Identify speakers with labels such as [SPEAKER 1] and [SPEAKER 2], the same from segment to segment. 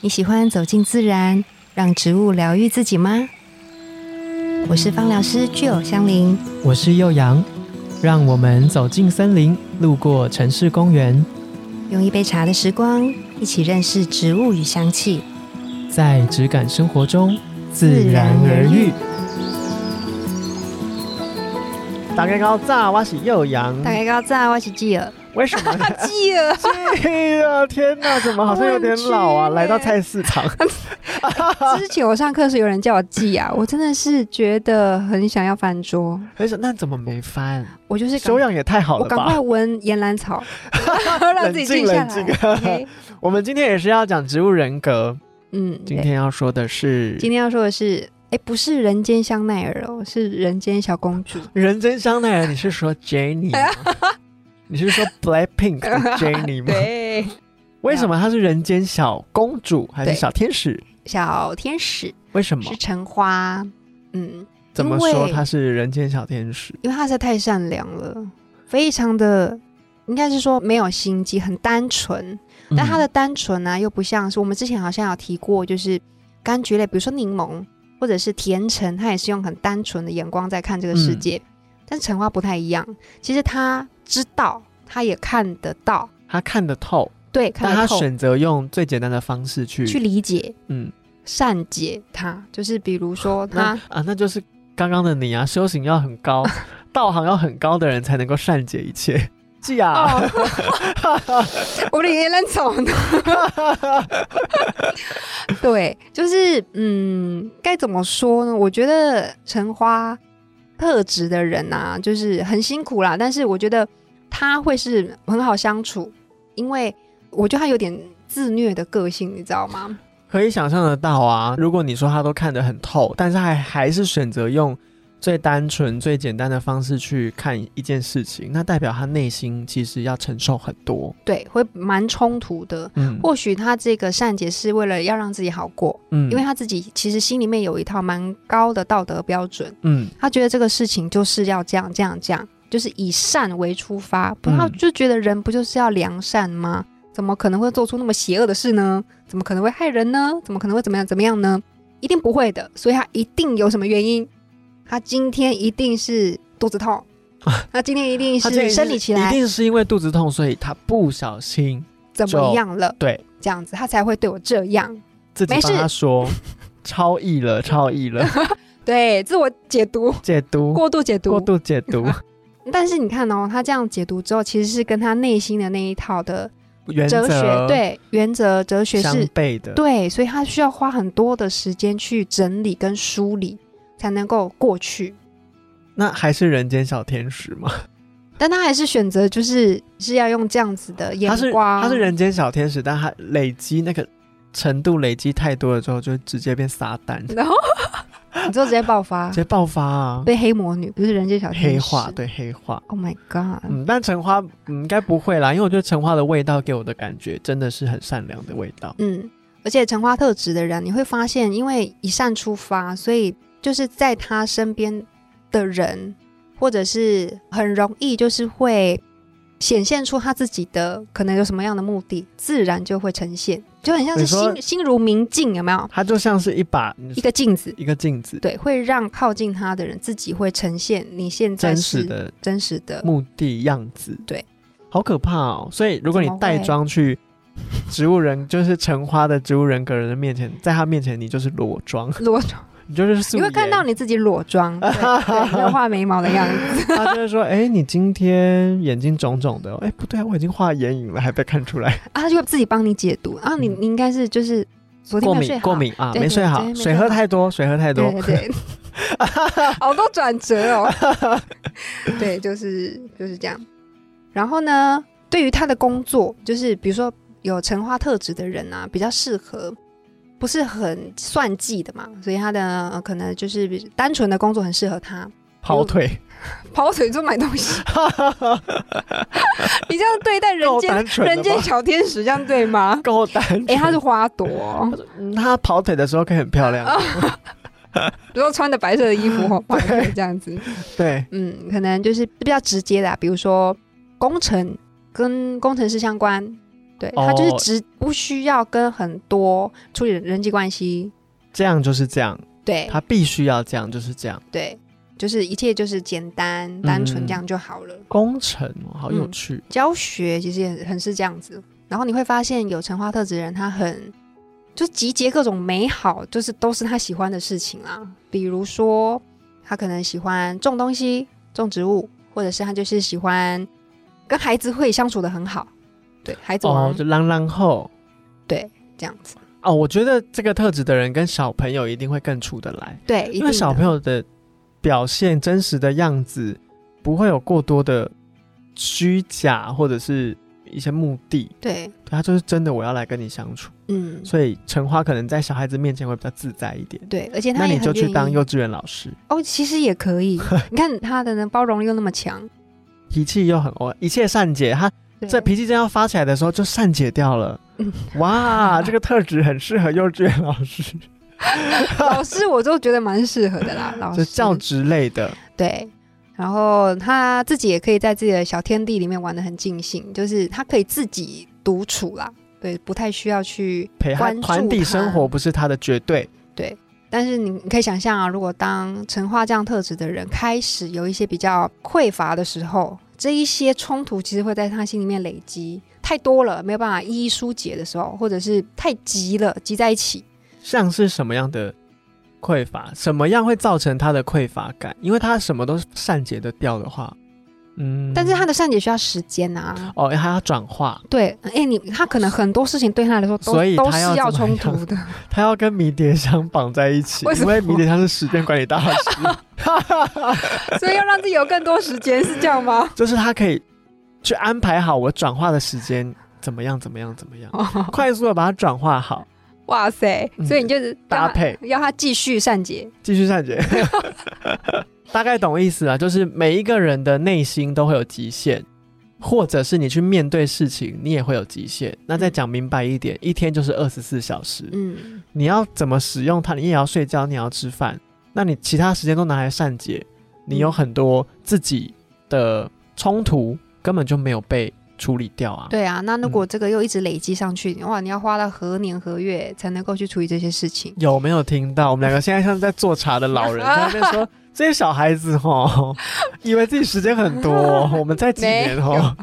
[SPEAKER 1] 你喜欢走进自然，让植物疗愈自己吗？我是芳疗师具有香林，
[SPEAKER 2] 我是幼阳，让我们走进森林，路过城市公园，
[SPEAKER 1] 用一杯茶的时光，一起认识植物与香气。
[SPEAKER 2] 在质感生活中自然而愈。打开高炸，我是幼阳。
[SPEAKER 1] 大概高赞，我是基尔，
[SPEAKER 2] 为什么？
[SPEAKER 1] 基尔，
[SPEAKER 2] 对啊，天哪，怎么好像有点老 啊？
[SPEAKER 1] OMG
[SPEAKER 2] 来到菜市场，
[SPEAKER 1] 之前我上课时有人叫我季啊，我真的是觉得很想要翻桌，
[SPEAKER 2] 而且那怎么没 翻？
[SPEAKER 1] 我就是赶
[SPEAKER 2] 修养也太好
[SPEAKER 1] 我
[SPEAKER 2] 了
[SPEAKER 1] 赶
[SPEAKER 2] 吧！
[SPEAKER 1] 快闻岩兰草，让自己静下
[SPEAKER 2] 冷静
[SPEAKER 1] 来
[SPEAKER 2] 冷。
[SPEAKER 1] OK，
[SPEAKER 2] 我们今天也是要讲植物人格，
[SPEAKER 1] 嗯，
[SPEAKER 2] 今
[SPEAKER 1] 对
[SPEAKER 2] 天要说的是
[SPEAKER 1] 今天要说的是，哎，不是人间香奈儿哦，是人间小公主。
[SPEAKER 2] 人间香奈儿，你是说 Jenny
[SPEAKER 1] 哎
[SPEAKER 2] 吗？ 你是说 Blackpink 的 Jenny 吗？
[SPEAKER 1] 对，
[SPEAKER 2] 为什么她是人间小公主还是
[SPEAKER 1] 对
[SPEAKER 2] 小天使？
[SPEAKER 1] 小天使
[SPEAKER 2] 为什么
[SPEAKER 1] 是？橙花，嗯，
[SPEAKER 2] 怎么说
[SPEAKER 1] 为
[SPEAKER 2] 她是人间小天使？
[SPEAKER 1] 因为她实在太善良了，非常的，应该是说没有心机，很单纯。
[SPEAKER 2] 嗯
[SPEAKER 1] 但它的单纯呢、又不像是我们之前好像有提过，就是柑橘类，比如说柠檬或者是甜橙，它也是用很单纯的眼光在看这个世界。
[SPEAKER 2] 嗯
[SPEAKER 1] 但橙花不太一样，其实它知道，它也看得到，
[SPEAKER 2] 嗯她看得透，
[SPEAKER 1] 对，看
[SPEAKER 2] 但
[SPEAKER 1] 得
[SPEAKER 2] 她
[SPEAKER 1] 透，
[SPEAKER 2] 选择用最简单的方式
[SPEAKER 1] 去
[SPEAKER 2] 去，
[SPEAKER 1] 理解、
[SPEAKER 2] 嗯，
[SPEAKER 1] 善解它。就是比如说
[SPEAKER 2] 那
[SPEAKER 1] 它，
[SPEAKER 2] 啊，那就是刚刚的你啊，修行要很 高，道行要很高的人才能够善解一切。是啊，
[SPEAKER 1] 哦， 我的爷爷认走呢。哦对，就是嗯，该怎么说呢？我觉得橙花特质的人啊，就是很辛苦啦，但是我觉得他会是很好相处，因为我觉得他有点自虐的个性，你知道吗？
[SPEAKER 2] 可以想象得到啊。如果你说她都看得很透，但是还还是选择用最单纯、最简单的方式去看一件事情，那代表她内心其实要承受很多。
[SPEAKER 1] 对，会蛮冲突的。
[SPEAKER 2] 嗯
[SPEAKER 1] 或许他这个善解是为了要让自己好过，
[SPEAKER 2] 嗯
[SPEAKER 1] 因为他自己其实心里面有一套蛮高的道德标准，
[SPEAKER 2] 嗯
[SPEAKER 1] 他觉得这个事情就是要这样这样这样，就是以善为出发，不
[SPEAKER 2] 嗯
[SPEAKER 1] 他就觉得人不就是要良善吗？怎么可能会做出那么邪恶的事呢？怎么可能会害人呢？怎么可能会怎么样怎么样呢？一定不会的，所以他一定有什么原因。他今天一定是肚 子痛，他今天一定
[SPEAKER 2] 他这
[SPEAKER 1] 是生理期来
[SPEAKER 2] 一定是因为肚子痛，所以他不小心
[SPEAKER 1] 怎么样了，
[SPEAKER 2] 对
[SPEAKER 1] 这样子他才会对我这样。
[SPEAKER 2] 自己
[SPEAKER 1] 没
[SPEAKER 2] 帮他
[SPEAKER 1] 事
[SPEAKER 2] 说超意了，超意了，
[SPEAKER 1] 对，自我解读，
[SPEAKER 2] 解读
[SPEAKER 1] 过度解读，
[SPEAKER 2] 嗯过度解读
[SPEAKER 1] 但是你看哦，他这样解读之后，其实是跟他内心的那一套的
[SPEAKER 2] 原
[SPEAKER 1] 哲
[SPEAKER 2] 则
[SPEAKER 1] 学、对原则、哲学
[SPEAKER 2] 相
[SPEAKER 1] 是
[SPEAKER 2] 悖的，
[SPEAKER 1] 对，所以他需要花很多的时间去整理跟梳理，才能够过去。
[SPEAKER 2] 那还是人间小天使吗？
[SPEAKER 1] 但他还是选择，就是是要用这样子的眼
[SPEAKER 2] 他是
[SPEAKER 1] 光，
[SPEAKER 2] 他是人间小天使，但他累积那个程度累积太多了之后，就直接变撒旦，直
[SPEAKER 1] 然后你就直接 爆发，
[SPEAKER 2] 接爆发啊，
[SPEAKER 1] 被黑魔女不是人间小
[SPEAKER 2] 黑
[SPEAKER 1] 天使
[SPEAKER 2] 化对黑化。
[SPEAKER 1] ，Oh my God！、
[SPEAKER 2] 嗯，但橙花嗯应该不会啦，因为我觉得橙花的味道给我的感觉真的是很善良的味道。
[SPEAKER 1] 嗯，而且橙花特质的人，你会发现，因为以善出发，所以就是在他身边的人，或者是很容易就是会显现出他自己的可能有什么样的目的，自然就会呈现，就很像是
[SPEAKER 2] 你说
[SPEAKER 1] 心心如明镜，有没有？
[SPEAKER 2] 它就像是一把
[SPEAKER 1] 一个镜子，
[SPEAKER 2] 一个镜子，
[SPEAKER 1] 对，会让靠近他的人自己会呈现你现在
[SPEAKER 2] 真
[SPEAKER 1] 是
[SPEAKER 2] 实的
[SPEAKER 1] 真实的。
[SPEAKER 2] 目的样子。
[SPEAKER 1] 对，
[SPEAKER 2] 好可怕哦！所以如果你
[SPEAKER 1] 怎么会
[SPEAKER 2] 带妆去植物人，就是橙花的植物人格人的面前，在他面前你就是裸妆，
[SPEAKER 1] 裸，
[SPEAKER 2] 你就是素
[SPEAKER 1] 你
[SPEAKER 2] 颜。
[SPEAKER 1] 会看到你自己裸妆，对，对没有画眉毛的样子。
[SPEAKER 2] 他就会说：“哎、你今天眼睛肿肿的哦、哎、不对啊，我已经画眼影了，还被看出来。
[SPEAKER 1] 啊，他就会自己帮你解读啊。你
[SPEAKER 2] 嗯
[SPEAKER 1] 你应该是就是昨天
[SPEAKER 2] 过
[SPEAKER 1] 没有睡
[SPEAKER 2] 敏，
[SPEAKER 1] 好，
[SPEAKER 2] 过敏啊，
[SPEAKER 1] 对
[SPEAKER 2] 没
[SPEAKER 1] 对
[SPEAKER 2] 睡
[SPEAKER 1] 昨
[SPEAKER 2] 好，
[SPEAKER 1] 天没
[SPEAKER 2] 水
[SPEAKER 1] 睡
[SPEAKER 2] 喝
[SPEAKER 1] 好
[SPEAKER 2] 太多，水喝太多
[SPEAKER 1] 对。对对，好多转折哦。对，就是就是这样。然后呢，对于他的工作，就是比如说有橙花特质的人啊，比较适合。不是很算计的嘛，所以他的、呃可能就是单纯的工作很适合他，
[SPEAKER 2] 跑 腿，
[SPEAKER 1] 跑腿就买东 西。你这样对待人
[SPEAKER 2] 够
[SPEAKER 1] 间
[SPEAKER 2] 单纯
[SPEAKER 1] 人
[SPEAKER 2] 了
[SPEAKER 1] 间
[SPEAKER 2] 吧？？
[SPEAKER 1] 小天使，这样对吗
[SPEAKER 2] 够单纯。
[SPEAKER 1] 哎、他是花朵哦、
[SPEAKER 2] 嗯他跑腿的时候可以很漂亮，
[SPEAKER 1] 比如说穿的白色的衣 服或白色的这样子，
[SPEAKER 2] 对，
[SPEAKER 1] 嗯，可能就是比较直接的、啊，比如说工程跟工程师相关，对
[SPEAKER 2] 哦
[SPEAKER 1] 他就是只不需要跟很多处理人际关系，
[SPEAKER 2] 这样就是这样，
[SPEAKER 1] 对
[SPEAKER 2] 他必须要这样就是这样。
[SPEAKER 1] 对，就是一切就是简单单纯
[SPEAKER 2] 嗯
[SPEAKER 1] 这样就好了。
[SPEAKER 2] 工程哦好有
[SPEAKER 1] 嗯
[SPEAKER 2] 趣，
[SPEAKER 1] 教学其实也很是这样子，然后你会发现有成化特质的人，他很就集结各种美好，就是都是他喜欢的事情啦。比如说，他可能喜欢种东西、种植物，或者是他就是喜欢跟孩子会相处的很好，对孩子王、
[SPEAKER 2] 哦，就浪浪后
[SPEAKER 1] 对这样子，
[SPEAKER 2] 哦，我觉得这个特质的人跟小朋友一定会更处得来，
[SPEAKER 1] 对，
[SPEAKER 2] 因
[SPEAKER 1] 一定
[SPEAKER 2] 为
[SPEAKER 1] 的
[SPEAKER 2] 小朋友的表现真实的样子不会有过多的虚假或者是一些目的，
[SPEAKER 1] 对，
[SPEAKER 2] 对他就是真的我要来跟你相处，
[SPEAKER 1] 嗯，
[SPEAKER 2] 所以橙花可能在小孩子面前会比较自在一点。
[SPEAKER 1] 对，而且
[SPEAKER 2] 那
[SPEAKER 1] 他也
[SPEAKER 2] 你
[SPEAKER 1] 很
[SPEAKER 2] 就
[SPEAKER 1] 愿
[SPEAKER 2] 去
[SPEAKER 1] 意
[SPEAKER 2] 当幼稚园老师，
[SPEAKER 1] 哦，其实也 可以，你看他的呢包容力又那么强，
[SPEAKER 2] 脾气又很哦，一切善解。他
[SPEAKER 1] 对
[SPEAKER 2] 这脾气真要发起来的时候就善解掉了
[SPEAKER 1] 嗯。
[SPEAKER 2] 哇，这个特质很适合幼稚园老师，
[SPEAKER 1] 老师我就觉得蛮适合 的啦， 老
[SPEAKER 2] 就
[SPEAKER 1] 师
[SPEAKER 2] 教职类的。
[SPEAKER 1] 对，然后他自己也可以在自己的小天地里面玩得很尽兴，就是他可以自己独处啦，对，不太需要去
[SPEAKER 2] 陪他
[SPEAKER 1] 关注
[SPEAKER 2] 团体生活
[SPEAKER 1] 他。
[SPEAKER 2] 不是他的绝对，
[SPEAKER 1] 但是你你可以想象啊，如果当陈化这样特质的人开始有一些比较匮乏的时候，这一些冲突其实会在他心里面累积太多了，没有办法一一疏解的时候，或者是太急了，急在一起，
[SPEAKER 2] 像是什么样的匮乏，什么样会造成他的匮乏感？因为他什么都善解得掉的话，嗯，
[SPEAKER 1] 但是他的善解需要时间啊。
[SPEAKER 2] 哦，他要转化，
[SPEAKER 1] 对，哎，你他可能很多事情对他来说都
[SPEAKER 2] 所以
[SPEAKER 1] 都
[SPEAKER 2] 他
[SPEAKER 1] 是
[SPEAKER 2] 要
[SPEAKER 1] 要
[SPEAKER 2] 怎么
[SPEAKER 1] 冲
[SPEAKER 2] 样
[SPEAKER 1] 突的，
[SPEAKER 2] 他要跟迷迭香绑在一起，
[SPEAKER 1] 为什
[SPEAKER 2] 因
[SPEAKER 1] 么
[SPEAKER 2] 为迷迭香是时间管理大 师，
[SPEAKER 1] 所以要让自己有更多时间，是这样吗？
[SPEAKER 2] 就是他可以去安排好我转化的时间怎么样，怎么样，怎么样，
[SPEAKER 1] 哦，
[SPEAKER 2] 快速的把它转化好，
[SPEAKER 1] 哇塞！
[SPEAKER 2] 嗯
[SPEAKER 1] 所以你就是
[SPEAKER 2] 搭配
[SPEAKER 1] 要他继续善解，
[SPEAKER 2] 继续善解。大概懂意思啦，就是每一个人的内心都会有极限，或者是你去面对事情，你也会有极限。那再讲明白一点，一天就是二十四小时，
[SPEAKER 1] 嗯，
[SPEAKER 2] 你要怎么使用它？你也要睡觉，你也要吃饭，那你其他时间都拿来善解，你有很多自己的冲突根本就没有被处理掉啊。
[SPEAKER 1] 对啊。那如果这个又一直累积上去，哇，你要花到何年何月才能够去处理这些事 情？
[SPEAKER 2] 有没有听到？我们两个现在像在做茶的老 人在那边说，这些小孩子吼，以为自己时间很多，哦 我们在几年
[SPEAKER 1] 没
[SPEAKER 2] 吼
[SPEAKER 1] 有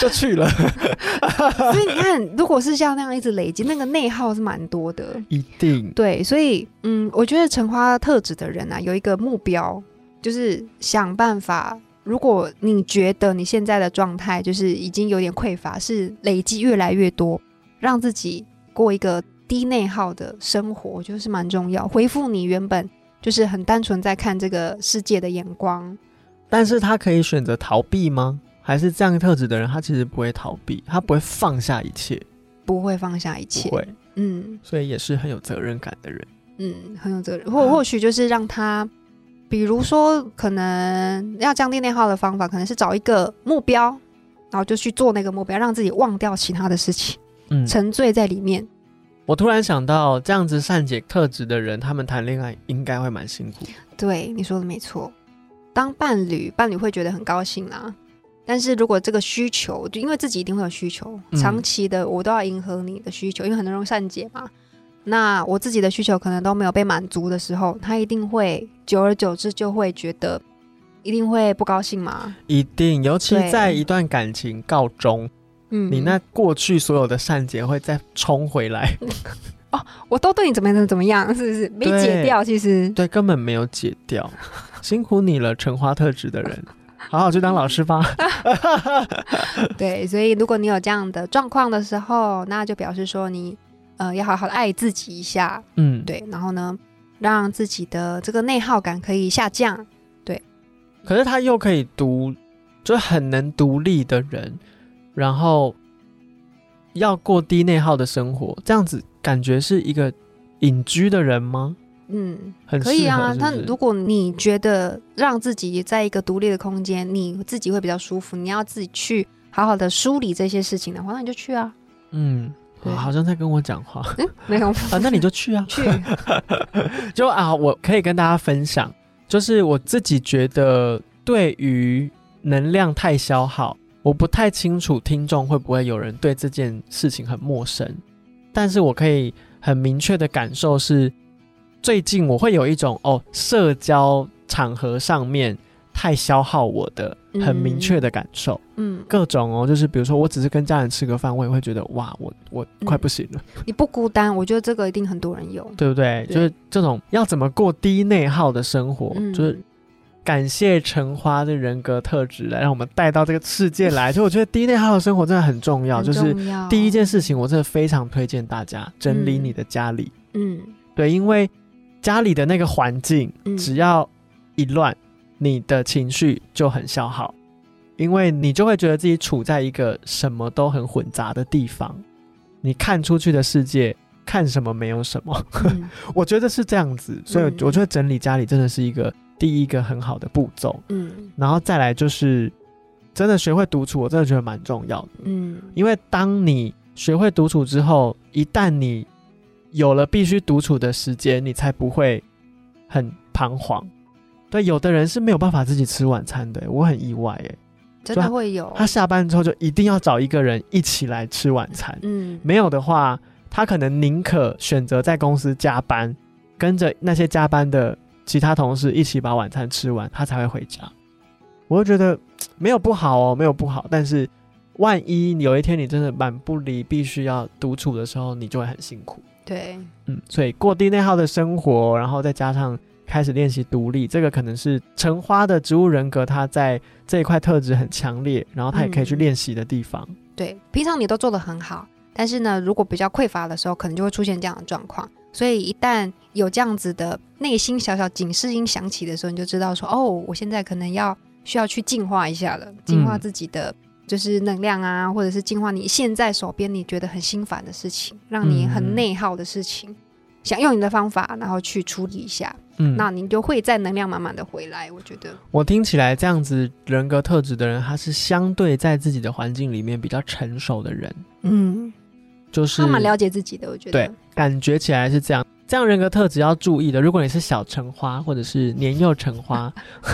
[SPEAKER 2] 就去了，
[SPEAKER 1] 所以你看，如果是像那样一直累积，那个内耗是蛮多的。
[SPEAKER 2] 一定
[SPEAKER 1] 对，所以嗯，我觉得橙花特质的人啊，有一个目标，就是想办法。如果你觉得你现在的状态就是已经有点匮乏，是累积越来越多，让自己过一个低内耗的生活，我觉得是蛮重要。恢复你原本就是很单纯在看这个世界的眼光，
[SPEAKER 2] 但是他可以选择逃避吗？还是这样特质的人，他其实不会逃避，他不会放下一切，
[SPEAKER 1] 不会放下一
[SPEAKER 2] 不
[SPEAKER 1] 切。
[SPEAKER 2] 会，
[SPEAKER 1] 嗯
[SPEAKER 2] 所以也是很有责任感的人。
[SPEAKER 1] 嗯，很有责任。或或许就是让他，比如说，可能要降低内耗的方法，可能是找一个目标，然后就去做那个目标，让自己忘掉其他的事情，
[SPEAKER 2] 嗯，
[SPEAKER 1] 沉醉在里面。
[SPEAKER 2] 我突然想到，这样子善解特质的人，他们谈恋爱应该会蛮辛苦。
[SPEAKER 1] 对，你说的没错。当伴侣，伴侣会觉得很高兴啦。但是如果这个需求，就因为自己一定会有需求，
[SPEAKER 2] 嗯
[SPEAKER 1] 长期的我都要迎合你的需求，因为很多人善解嘛。那我自己的需求可能都没有被满足的时候，他一定会久而久之就会觉得，一定会不高兴嘛。
[SPEAKER 2] 一定，尤其
[SPEAKER 1] 对
[SPEAKER 2] 在一段感情告终，
[SPEAKER 1] 嗯，
[SPEAKER 2] 你那过去所有的善解会再冲回来。
[SPEAKER 1] 我都对你怎么样怎么样，是不是没解
[SPEAKER 2] 对
[SPEAKER 1] 掉？其实
[SPEAKER 2] 对，根本没有解掉，辛苦你了，橙花特质的人，好好去当老师 吧。
[SPEAKER 1] 对，所以如果你有这样的状况的时候，那就表示说你呃要好好的爱自己一下，
[SPEAKER 2] 嗯，。
[SPEAKER 1] 对，然后呢，让自己的这个内耗感可以下降。
[SPEAKER 2] 可是他又可以独，就很能独立的人，然后要过低内耗的生活，这样子感觉是一个隐居的人吗？
[SPEAKER 1] 嗯，
[SPEAKER 2] 很
[SPEAKER 1] 可以
[SPEAKER 2] 适合
[SPEAKER 1] 啊
[SPEAKER 2] 是。不
[SPEAKER 1] 但
[SPEAKER 2] 是
[SPEAKER 1] 如果你觉得让自己在一个独立的空间，你自己会比较舒服，你要自己去好好的梳理这些事情的话，那你就去啊。
[SPEAKER 2] 嗯，啊
[SPEAKER 1] 对
[SPEAKER 2] 好像在跟我讲 话
[SPEAKER 1] 嗯，没有
[SPEAKER 2] 啊，那你就去啊，
[SPEAKER 1] 去。
[SPEAKER 2] 就啊，我可以跟大家分享，就是我自己觉得对于能量太消耗，我不太清楚听众会不会有人对这件事情很陌生，但是我可以很明确的感受是，最近我会有一种哦，社交场合上面太消耗我的很明确的感受，
[SPEAKER 1] 嗯，
[SPEAKER 2] 各种哦，就是比如说我只是跟家人吃个饭，我也会觉得哇，我我快不行了，
[SPEAKER 1] 你不孤单，我觉得这个一定很多人有。
[SPEAKER 2] 对不对？
[SPEAKER 1] 对
[SPEAKER 2] 就是这种要怎么过低内耗的生活，
[SPEAKER 1] 嗯，
[SPEAKER 2] 就是感谢橙花的人格特质来让我们带到这个世界来。就我觉得低内耗的生活真的很重要，
[SPEAKER 1] 很
[SPEAKER 2] 就是
[SPEAKER 1] 重要
[SPEAKER 2] 第一，件事情，我真的非常推荐大家整理
[SPEAKER 1] 嗯
[SPEAKER 2] 你的家里，
[SPEAKER 1] 嗯
[SPEAKER 2] 对，因为家里的那个环境
[SPEAKER 1] 嗯，
[SPEAKER 2] 只要一乱，你的情绪就很消耗，因为你就会觉得自己处在一个什么都很混杂的地方，你看出去的世界。看什么没有什么，
[SPEAKER 1] 嗯
[SPEAKER 2] 我觉得是这样子，所以
[SPEAKER 1] 嗯
[SPEAKER 2] 我觉得整理家里真的是一个第一个很好的步骤。
[SPEAKER 1] 嗯
[SPEAKER 2] 然后再来就是真的学会独处，我真的觉得蛮重要的，
[SPEAKER 1] 嗯，
[SPEAKER 2] 因为当你学会独处之后，一旦你有了必须独处的时间，你才不会很彷徨。对，有的人是没有办法自己吃晚餐的，我很意外耶。
[SPEAKER 1] 真的会有，
[SPEAKER 2] 他下班之后就一定要找一个人一起来吃晚餐，
[SPEAKER 1] 嗯
[SPEAKER 2] 没有的话，他可能宁可选择在公司加班，跟着那些加班的其他同事一起把晚餐吃完，他才会回家。我就觉得没有不好哦，没有不好，但是万一有一天你真的满不离，必须要独处的时候，你就会很辛苦。
[SPEAKER 1] 对，
[SPEAKER 2] 嗯，所以过低内耗的生活，然后再加上开始练习独立，这个可能是橙花的植物人格，它在这一块特质很强烈，然后它也可以去
[SPEAKER 1] 嗯
[SPEAKER 2] 练习的地方。
[SPEAKER 1] 对，平常你都做得很好，但是呢，如果比较匮乏的时候，可能就会出现这样的状况。所以一旦有这样子的内心小小警示音响起的时候，你就知道说，哦，我现在可能要需要去净化一下了，净化
[SPEAKER 2] 嗯
[SPEAKER 1] 自己的就是能量啊，或者是净化你现在手边你觉得很心烦的事情，让你
[SPEAKER 2] 嗯
[SPEAKER 1] 很内耗的事情，想用你的方法，然后去处理一下，
[SPEAKER 2] 嗯，
[SPEAKER 1] 那你就会再能量满满的回来。我觉得，
[SPEAKER 2] 我听起来这样子人格特质的人，他是相对在自己的环境里面比较成熟的人，
[SPEAKER 1] 嗯，
[SPEAKER 2] 就是
[SPEAKER 1] 他蛮了解自己的，我觉得
[SPEAKER 2] 对，感觉起来是这样。这样人格特质要注意的，如果你是小橙花或者是年幼橙花，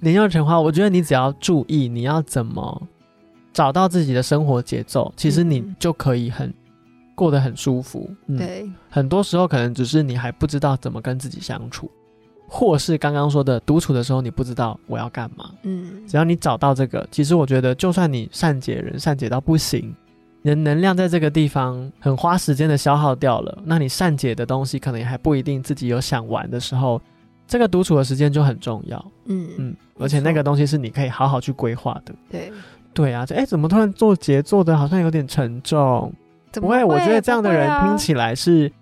[SPEAKER 2] 年幼橙花，我觉得你只要注意你要怎么找到自己的生活节奏，其实你
[SPEAKER 1] 嗯
[SPEAKER 2] 就可以很过得很舒服。嗯，
[SPEAKER 1] 对，
[SPEAKER 2] 很多时候可能只是你还不知道怎么跟自己相处，或是刚刚说的独处的时候你不知道我要干嘛。
[SPEAKER 1] 嗯，
[SPEAKER 2] 只要你找到这个，其实我觉得，就算你善解人，善解到不行，你的能量在这个地方很花时间的消耗掉了，那你善解的东西可能也还不一定自己有想玩的时候，这个独处的时间就很重要。
[SPEAKER 1] 嗯嗯，
[SPEAKER 2] 嗯，而且那个东西是你可以好好去规划的。
[SPEAKER 1] 对。
[SPEAKER 2] 对啊，就哎，怎么突然做节做的好像有点沉重？
[SPEAKER 1] 怎
[SPEAKER 2] 不
[SPEAKER 1] 么
[SPEAKER 2] 会，我觉得这样的人听
[SPEAKER 1] 来、
[SPEAKER 2] 起来是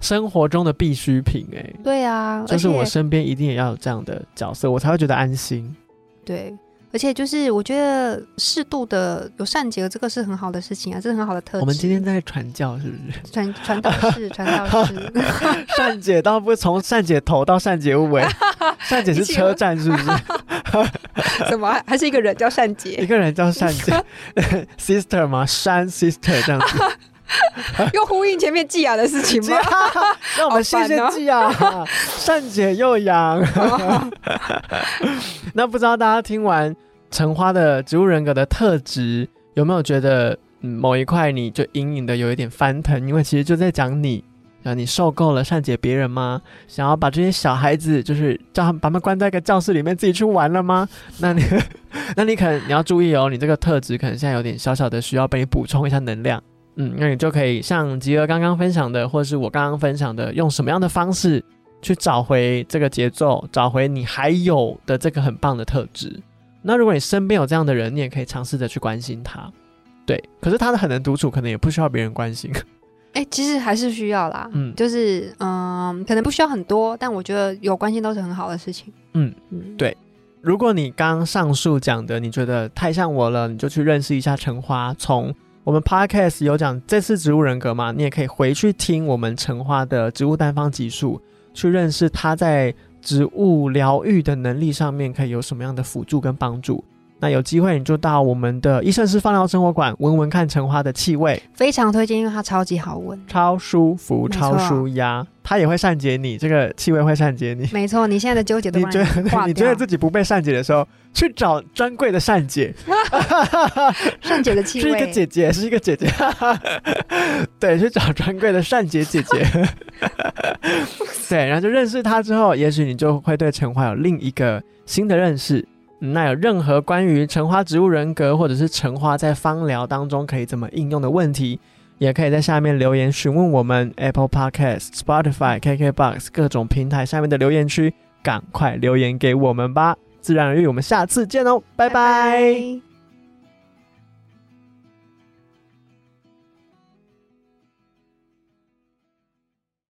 [SPEAKER 2] 生活中的必需品、哎，
[SPEAKER 1] 对啊，而
[SPEAKER 2] 就是
[SPEAKER 1] 且
[SPEAKER 2] 我身边一定也要有这样的角色，我才会觉得安心。
[SPEAKER 1] 对，而且就是我觉得适度的有善解，这个是很好的事情啊，这是很好的特质。
[SPEAKER 2] 我们今天在传教是不是？
[SPEAKER 1] 传传道士，传 道士，
[SPEAKER 2] 善姐到不从善姐头到善姐尾， 善姐是车站是不是？
[SPEAKER 1] 怎么啊还是一个人叫 善
[SPEAKER 2] 一
[SPEAKER 1] 解，
[SPEAKER 2] 个人叫善 姐 sister 吗？山 sister 这样子。
[SPEAKER 1] 又呼应前面季雅的事情
[SPEAKER 2] 季
[SPEAKER 1] 吗
[SPEAKER 2] 亚？， 让我们谢谢
[SPEAKER 1] 好烦哦
[SPEAKER 2] 季亚，善姐又阳。 那不知道大家听完橙花的植物人格的特质，有没有觉得、嗯、某一块你就隐隐的有一点翻腾？因为其实就在讲你。啊，你受够了善解别人吗？想要把这些小孩子，就是叫他们把他们关在一个教室里面自己去玩了吗？那你， 那你可能你要注意哦，你这个特质可能现在有点小小的需要被你补充一下能量。嗯，那你就可以像吉儿刚刚分享的，或是我刚刚分享的，用什么样的方式去找回这个节奏，找回你还有的这个很棒的特质。那如果你身边有这样的人，你也可以尝试着去关心他。对，可是他的很能独处，可能也不需要别人关心。
[SPEAKER 1] 哎、其实还是需要啦，
[SPEAKER 2] 嗯
[SPEAKER 1] 就是嗯，可能不需要很多，但我觉得有关心都是很好的事情。
[SPEAKER 2] 嗯
[SPEAKER 1] 嗯，
[SPEAKER 2] 对如果你刚上述讲的你觉得太像我了，你就去认识一下橙花。从我们 podcast 有讲这次植物人格嘛，你也可以回去听我们橙花的植物单方集数，去认识它在植物疗愈的能力上面可以有什么样的辅助跟帮助。那有机会你就到我们的医生师放疗生活馆闻闻看橙花的气味，
[SPEAKER 1] 非常推荐，因为它超级好闻。
[SPEAKER 2] 超舒服，
[SPEAKER 1] 没错
[SPEAKER 2] 超舒压，它也会善解你，这个气味会善解你。
[SPEAKER 1] 没错，你现在的纠结都
[SPEAKER 2] 你
[SPEAKER 1] 帮
[SPEAKER 2] 觉得
[SPEAKER 1] 化
[SPEAKER 2] 你觉得
[SPEAKER 1] 掉。
[SPEAKER 2] 自己不被善解的时候，去找专柜的善解，
[SPEAKER 1] 圣姐的气
[SPEAKER 2] 是一个
[SPEAKER 1] 味，
[SPEAKER 2] 姐姐，是一个姐 姐，对，去找专柜的善解姐姐，对，然后就认识她之后，也许你就会对橙花有另一个新的认识。嗯那有任何关于橙花植物人格或者是橙花在芳疗当中可以怎么应用的问题，也可以在下面留言询问我们 Apple Podcast、Spotify、KKBox 各种平台下面的留言区，赶快留言给我们吧！自然而然，我们下次见哦，拜拜
[SPEAKER 1] 拜